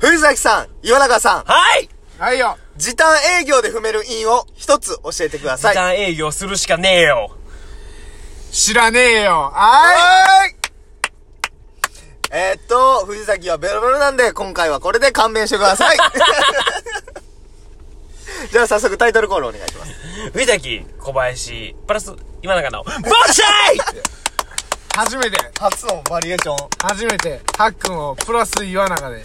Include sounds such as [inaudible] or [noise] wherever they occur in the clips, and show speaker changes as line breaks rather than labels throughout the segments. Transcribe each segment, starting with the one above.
栗崎さん、岩永さん、
はい
はいよ。
時短営業で踏める因を一つ教えてくださ
時
い。は
短営業するしかねえよ。
知らねえよ。あ
ーいえーっと、藤崎はベロベロなんで、今回はこれで勘弁してくださ [laughs] い。じゃあ早速タイトルコールお願いします。
藤崎、小林、プラス、今永の、ボクシャイ
ーい初めて、
初のバリエーション。
初めて、はっくんをプラス岩永で。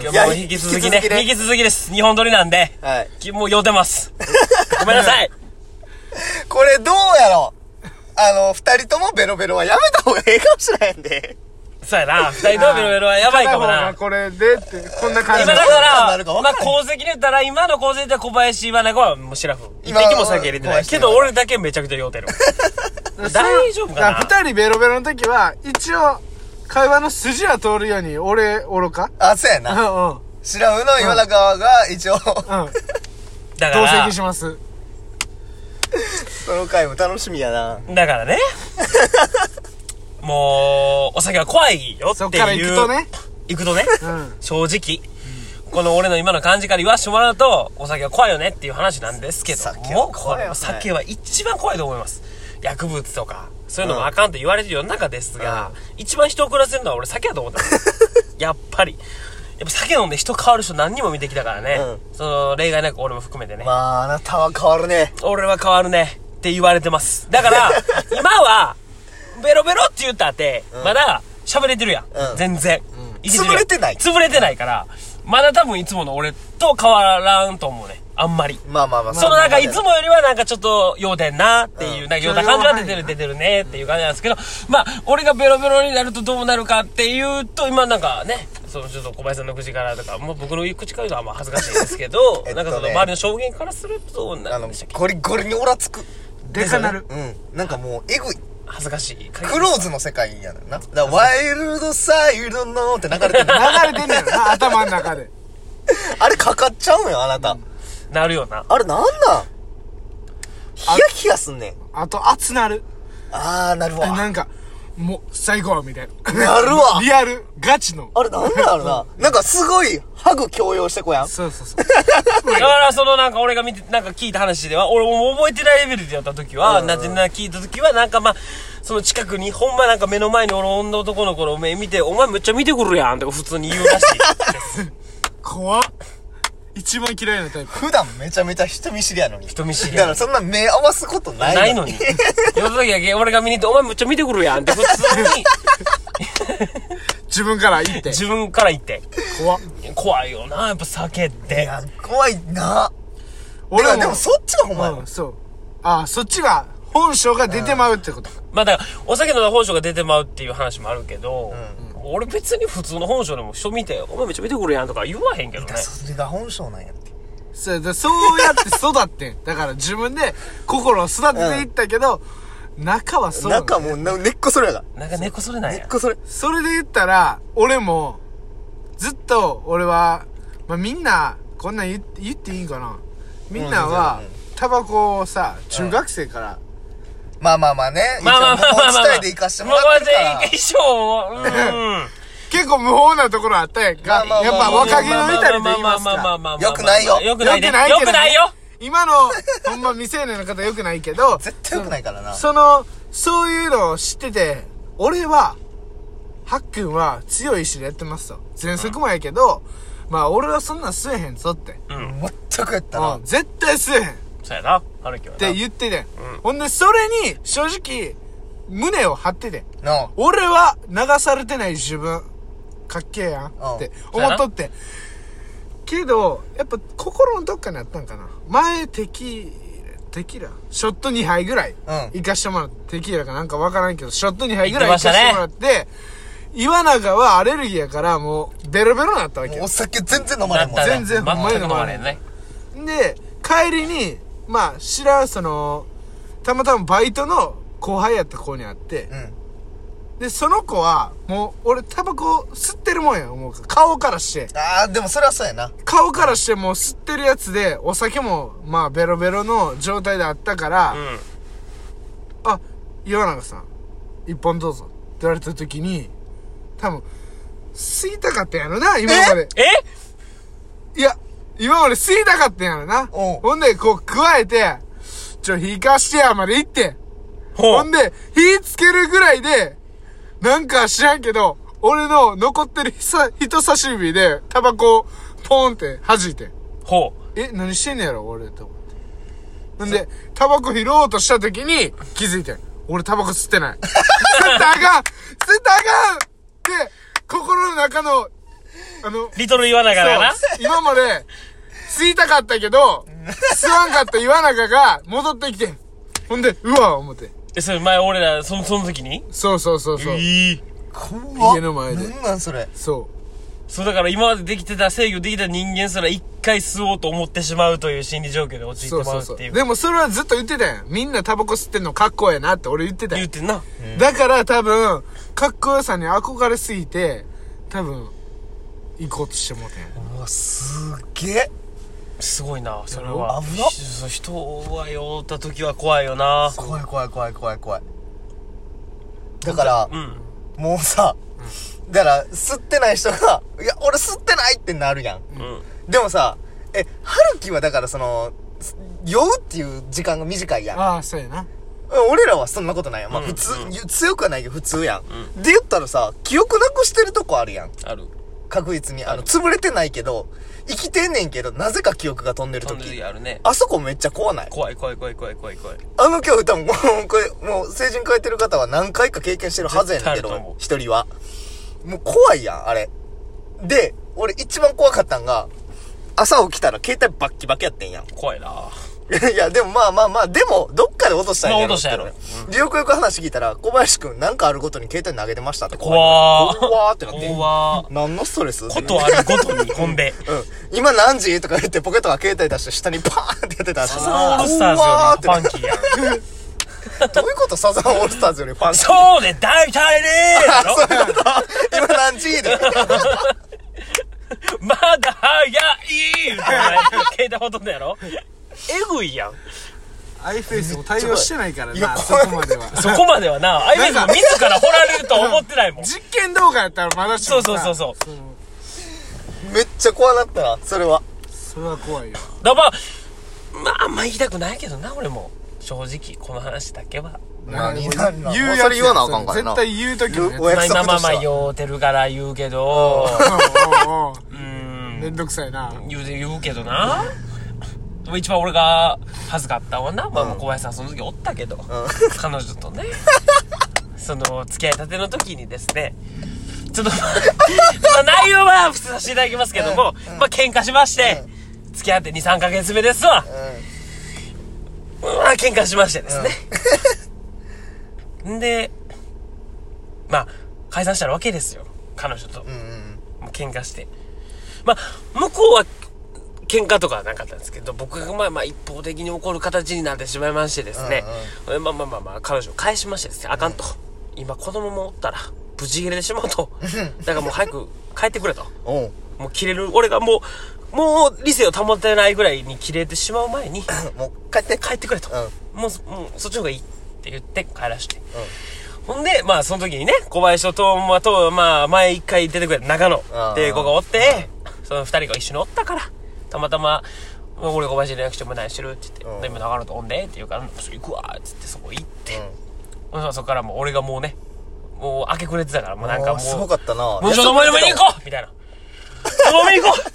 今
いや
日も引き続きね、
引き続きね
引き続きです。日本撮りなんで、
はい。
きもう酔っ
[laughs]
てます。ごめんなさい。
これどうやろうあの、二人ともベロベロはやめた方がええかもしれへんで。
そうやな、二人ともベロベロはやばいかも
片方
な
が。これでって、こんな感じ
今だ
だ。
か
な
ら
るか、わ
ま
か
あ
んない
功績で言ったら、今の功績で小林岩永はもうシラフ。一
今
滴も酒入れて
小
ない。
林
けど俺だけめちゃくちゃ酔
[laughs]
うてる。大丈夫かな
だら二人ベロベロの時は、一応、会話の筋は通るように、俺、愚か
あ、そうや
うん
な。
うん。うん。
シラフの岩永が一応、
だか
同
ら
席、します。
その回も楽しみやな。
だからね。 [laughs] もう、お酒は怖いよってい。
そうっから行くとね。
行くとね。
うん。
正直。この俺の今の感じから言わしてもらうと、お酒は怖いよねっていう話なんですけど
酒は怖
も、こ
いよね
れお酒は一番怖いと思います。薬物とか、そういうのもあかんと言われてる世の中ですが、一番人を暮らせるのは俺酒やと思ってます。やっぱり。やっぱ酒飲んで人変わる人何人も見てきたからね。
う
その、例外なく俺も含めてね。
まあ、あなたは変わるね。
俺は変わるねって言われてますだから
[laughs]
今はベロベロって言ったって、まだ喋れてるやん、
うん
全然、いける
潰れてない
潰れてないからまだ多分いつもの俺と変わらんと思うねあんまり
まあまあまあ。
そのなんかいつ
も。
もよりはなんかちょっと酔うてんなっていう、なんか酔うた感じは出てる出てるねっていう感じなんですけど、まあ俺がベロベロになるとどうなるかっていうと、今なんかね、そのちょっと小林さんの口からとか、もう僕の口から言うのはまあ恥ずかしいですけど、
[laughs] えっとね
なんかその周りの証言からするとどうな
あ
るん
の
でしたっ、け
ゴリゴリにオラつく。
でかなる。
うん。なんかもう、えぐい。
恥ずかしい。
クローズの世界やのよな。だからワイルドサイドのって流れてる [laughs]
流れてんねやろ
[laughs]
な、頭の中で。
あれかかっちゃうのよ、あなた。
なるよな。
あれなんなんヒヤヒヤすんねん。
あと、熱なる。
あー、なるわ。
なんか、もう、最後みたいな。
なるわ
リアル、ガチの。
あれなんだろう [laughs] な。なんかすごい、ハグ強要してこやん。
そうそうそう。
だから、そのなんか俺が見て、なんか聞いた話では、俺も覚えてないレベルでやった時は、なぜなら聞いた時は、なんかまあ、その近くに、ほんまなんか目の前に俺女男の子の目見て、お前めっちゃ見てくるやんとか普通に言うらしい。
怖っ。一番嫌いなタイプ。
普段めちゃめちゃ人見知りやのに。
[laughs] 人見知り
だ
や
か
ん
らそんな目合わすことない
ないのに。夜の時だけ俺が見に行って、お前めっちゃ見てくるやんって普通に
自分から言って。
自分から言って。
怖っ。
怖いよな、やっぱ酒っ
い
て。
や、怖いな。
俺
俺
は
はでもそっちがほんまやろ
うん、そう。ああ、そっちが、本性が出てまうってこと。
まあだから、お酒の本性が出てまうっていう話もあるけど、俺別に普通の本性でも人見て、お前めっちゃ見てくるやんとか言わへんけどね。
それが本性なんやって。
そう、だからそうやって育ってん。だから自分で心を育てていったけど、中はそうなの。
中もうな根っこそれやが。
なんか猫それなん
根
や
っ。こそれ。
それで言ったら、俺も、ずっと俺は、まあ、みんな、こんなん言って言っていいんかなみんなは
うん全、
タバコをさ、中学生から、
まあまあまあね。
まあまあまあまあ
一応
まあ。
無法地帯で行かしてもらってるから。
衣装も、うん。
結構無法なところあったやん
まあ
か。
まあ
やっ
まあ
ぱ若気の至りで言います
まあまあまあま
か。
あまあまあまあまあまあ
良くないよ
良くないね。
良くないけ
良
どね
くないよ。
今の、ほんま未成年の方よくないけ [laughs] ど、
絶対良くないからな。
その、そういうのを知ってて、俺は、はっくんは強い意志でやってますと。全速もやけど、まあ俺はそんなん吸えへんぞって。
うん。
全くやった
う
な。
ん、絶対吸えへんっ
そうやな。春樹はな。
て言ってて。ほんで、それに、正直、胸を張ってて。
の、
俺は流されてない自分、かっけえやんって思っとって。けど、やっぱ心のどっかにあったんかな。前、敵、敵だ。ショット2杯ぐらい。
うん。
行かしてもらって、テキーラかなんかわからんけど、ショット2杯ぐら
行
い行か
って
して
ましたね
もらって、岩永はアレルギーやから、もう、ベロベロになったわけ
もう
よ
お。酒全然飲まれんもん
な
ね。
全然ほんまに
全く
飲
飲ま
ま
れ
れ
ん
ん
ね。
で、帰りに、まあ、知らん、その、たまたまバイトの後輩やった子に会って、
うん。
で、その子は、もう、俺、タバコ吸ってるもんや、思うから。顔からして。
あー、でもそれはそうやな。
顔からしてもう吸ってるやつで、お酒も、まあ、ベロベロの状態であったから、
う
あ、岩永さん、一本どうぞって言われた時に、多分、吸いたかったんやろな、今まで。
え
いや、今まで吸いたかったんやろな。
おう
ほんで、こう、加えて、ちょ、引かしてやまで行って。
ほ
ほ。
うん
で、火つけるぐらいで、なんか知らんけど、俺の残ってるひさ人差し指で、タバコをポンって弾いて。
ほ
え、何してんねやろ俺と思って。んで、タバコ拾おうとした時に気づいてん。俺タバコ吸ってない。吸ったあかん吸ったあかんって、心の中の、あの
う。、リトル言わながらな。
そう今まで、吸いたかったけど、吸わんかった岩永が戻ってきてん。ほんで、うわ、思って。
え、それ前俺ら、その、その時に
そうそうそうそう。
いい。
怖っ
家の前で
なんなんそれ。
そ
そうだから今までできてた制御できた人間すら一回吸おうと思ってしまうという心理状況で
う。
陥って
そう
ま
そううそ
っ
う。
ていう。
でもそれはずっと言ってたやん。みんなタバコ吸ってんのかっこええなって俺言ってた
言
やん
う。てんな。
だから多分、かっこよさに憧れすぎて、多分、行こうとしてもうてん。
うわ、す、
げえ。
すごいな、それは。
危なっ
ひそう人は酔った時は怖いよな。
怖い怖い怖い怖い怖い。だから
う、ん。
もうさ、だから、吸ってない人が、いや、俺吸ってないってなるやん。
うん。
でもさ、え、春樹はだからその、す酔うっていう時間が短いやん。
ああ、そうやな。
俺らはそんなことないやん。まあ
うん
普通、
うん
強くはないけど普通やん。で言ったらさ、記憶なくしてるとこあるやん。
ある。
確実に。あの、潰れてないけど、生きてんねんけど、なぜか記憶が飛んでる
飛んでる
時。
時あるね。
あそこめっちゃ怖ない。
怖い怖い怖い怖い怖い怖い。
あの恐怖多分、もう、これ、もう、成人変えてる方は何回か経験してるはずやねんけ
絶対あると思
ど
う、
一人は。もう怖いやん、あれ。で、俺一番怖かったんが、朝起きたら携帯バッキバキやってんやん。
怖いな。
[laughs] いや、でもまあまあまあ、でも、どっかで落としたんやろ。
まあ落としたやろ
で、よくよく話聞いたら、小林くん、なんかあるごとに携帯投げてましたって
怖
い
ー
怖ーってなって。
怖ー。
何のストレス
ことあるご
[laughs]
とに、ほんで。
うん。今何時とか言って、ポケットが携帯出して、下にパーンってやってたらしい。
サザンオールスターズより
怖
パ
ー
ン
って
キーやん。
なってどういうことサザンオールスターズよ
[laughs]
りパンキー
そうで大体ねえだろ
今何時で。
まだ早いお前、携帯ほとんどやろえぐいやん。
アイフェイスも対応してないから
いや
な、そこまでは。
そこまではな、あいみずも自ら掘られるとは思ってないもん。
実験動画やったらまだし
そう
も
そうそう
さ
そう。
その
めっちゃ怖なったな、それは。
それは怖いよ。
だまあ、まあ、あんま言いたくないけどな、俺も。正直、この話だけは。
何
もう
何何
言う
もう
やつ
それ言わなあかんからな
絶対言うとき
お
も
や
まあ
約
今
束
ま
と
あ
し
まあ
た
酔うてるから言うけど、う
め
ん、
んどくさいな。
言うて言うけどな。でも一番俺が恥ずかったわな。まあまあ小林さんその時おったけど、彼女
[laughs]
とね、その付き合いたての時にですね、ちょっとま
[laughs]
あ、まあ内容は伏せさせていただきますけども、まあ喧嘩しまして、付き合って2、3ヶ月目ですわ。まあ喧嘩しましてですね。んで、まあ、解散したわけですよ。彼女と。
うん。うん。
もう喧嘩して。まあ、向こうは、喧嘩とかはなかったんですけど、僕がまあまあ一方的に怒る形になってしまいましてですね、まあまあまあまあ、彼女を返しましてですね、あかんと。今子供もおったら、無事切れてしまうと。だからもう早く帰ってくれと。
おう
もう切れる、俺がもう、もう理性を保てないぐらいに切れてしまう前に、
もう、帰って。
帰ってくれと、もうそもうそっちの方がいいって言って帰らして、ほんでまあその時にね小林と東馬とまあ前一回出てくれた中野っていう子がおってその二人が一緒におったからたまたま「俺小林に連絡してもらしてる」って言って「
うん
で今中野とおんで」って言うから「それ行くわ」っつってそこ行って、うん、そこからもう俺がもうねもう明け暮れてたからもうなんかも
あ
う
ーすごかったな。
もうちょっとお前の前に行こう
[laughs]
みたいな「飲みに行こう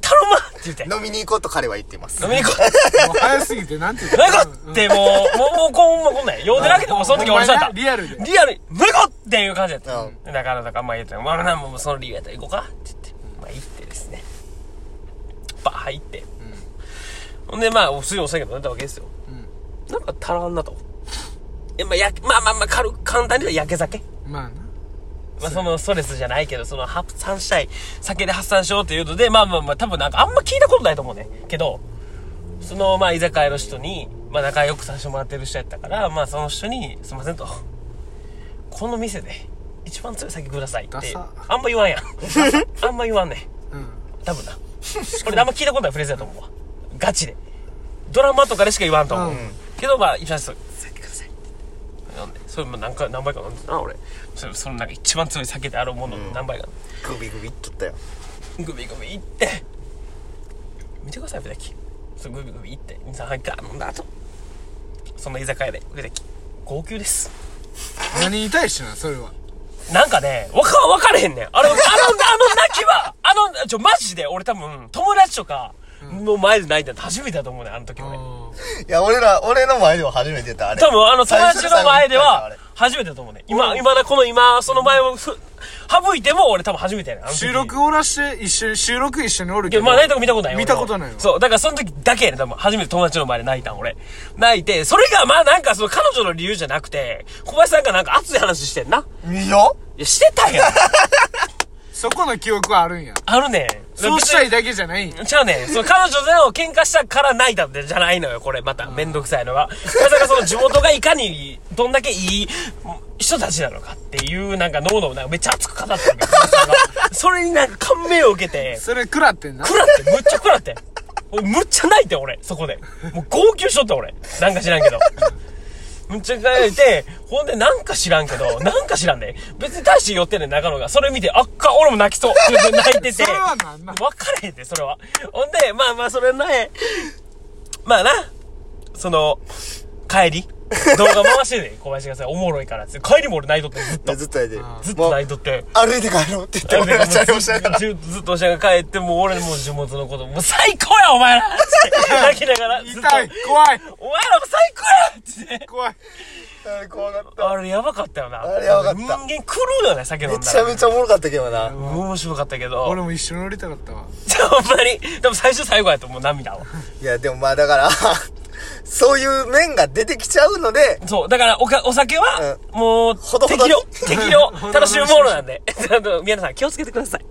頼むわ!」って言って
飲みに行こうと彼は言っています。
飲みに行こう
もう早すぎて、なんて言っ
[laughs]
た
なかってもう、もう、もう、こんまこんなんや。用でなけても、その時俺そうやった。
ほんまになリアルで
リアルに、なかっていう感じやった。
う
だから、だから、まあ言ったら、まあな、もうその理由やったら行こうかって言って、まあ行ってですね。バー入って。ほんで、まあ、普通にお酒飲んでたわけですよ。なんか足らんなと。え、まあ、や、まあまあまあ、軽く、簡単にはやけ酒。
まあな。
まあ、そのストレスじゃないけど、その発散したい、酒で発散しようっていうので、まあまあまあ、多分なんかあんま聞いたことないと思うね。けど、その、まあ、居酒屋の人に、まあ、仲良くさせてもらってる人やったから、まあ、その人に、すいませんと、この店で、一番強い酒くださいっ
ダ
て
サ、
あんま言わ
[laughs]
んやん。あんま言わんね。
うん。
多分な。俺あんま聞いたことないフレーズだと思うわ。ガチで。ドラマとかでしか言わんと思う。
うん
けど、まあ、一番そう、酒くださいって。飲んで、そそれも何回何杯か飲んでたな俺それそのなんか一番強い酒であろうものの何杯か、
グビグビいっとったよ。
グビグビいって見てください筆木そうグビグビいって23杯ガー飲んだ後その居酒屋で筆木号泣です
何に対してなそれは
なんかね、わか、わかれへんねん。あの、あの、あの泣きは、あの、ちょ、マジで、俺多分、友達とか、の前で泣いたの初めてだと思うねん、あの時俺。
いや、俺ら、俺の前では初めてだ、あれ。
多分、あの、友
最初
達
で
の前で
最
は
初で、
初めてだと思うねん。今、今だ、この今、その前をふ、省いても、俺多分初めてやねんあの時
収録おらして一緒に収録一緒におる
い
け
や、
ど
まあ泣いたこと見たことないよ
見たことない
俺
よ
はそう、だからその時だけやねん、多分。初めて友達の前で泣いたん、俺。泣いて、それが、まあなんか、その彼女の理由じゃなくて、小林さんがなんか熱い話してんな。
あれいいよ
いや、してた
[laughs]
やん。
そこの記憶はあるんや
あるねん。
そうしたいだけじゃないんや
ちゃうねん。その彼女との喧嘩したから泣いたんじゃないのよ、これ。また、めんどくさいのが。まさかその地元がいかに、どんだけいい人たちなのかっていう、なんか脳の、なんかめっちゃ熱く語ってるけど、彼女がそれになんか感銘を受けて、
それ食らってんな
くらって、むっちゃくらって。俺むっちゃ泣いてん、俺、そこで。もう号泣しとった、俺。なんか知らんけど。むっちゃ泣いて、ほんでなんか知らんけど、なんか知らんね。別に大して寄ってんねん、中野が。それ見て、あっか、俺も泣きそう。泣いてて。
それはなんなん
分かれへんで、それは。ほんで、まあまあ、それなえ、まあな、その、帰り、動画回してね、小林がさ、おもろいからっつって。帰りも俺泣いとって、ずっと。
ずっとやで。
ずっ
も
と
う
泣いとって。
歩いて帰ろうって言って、
俺
俺
ら
ら
も
チャリ押しながら。
ずずっとおしゃが帰って、もう俺もう地元のこと、もう最高やお前らって泣きながら、ずっと、お
痛
前
い怖い
らも最高やって。
怖い
あれ [laughs] 怖かった。
あれやばかったよな。
あれやばかった
人間狂うよね、酒飲んだ
め
ら。
ちゃめちゃおもろかったけどな。
面白かったけど。
俺も一緒に乗りたかったわ
ほんまに。でも最初最後やともう涙を。
いや、でもまあだから、 [laughs] そういう面が出てきちゃうので、
そう。だから、おか、お酒は、もう、
ほどほど
適量
に。
[laughs] 適量。楽しむものなんで。ちょっと皆さん気をつけてください。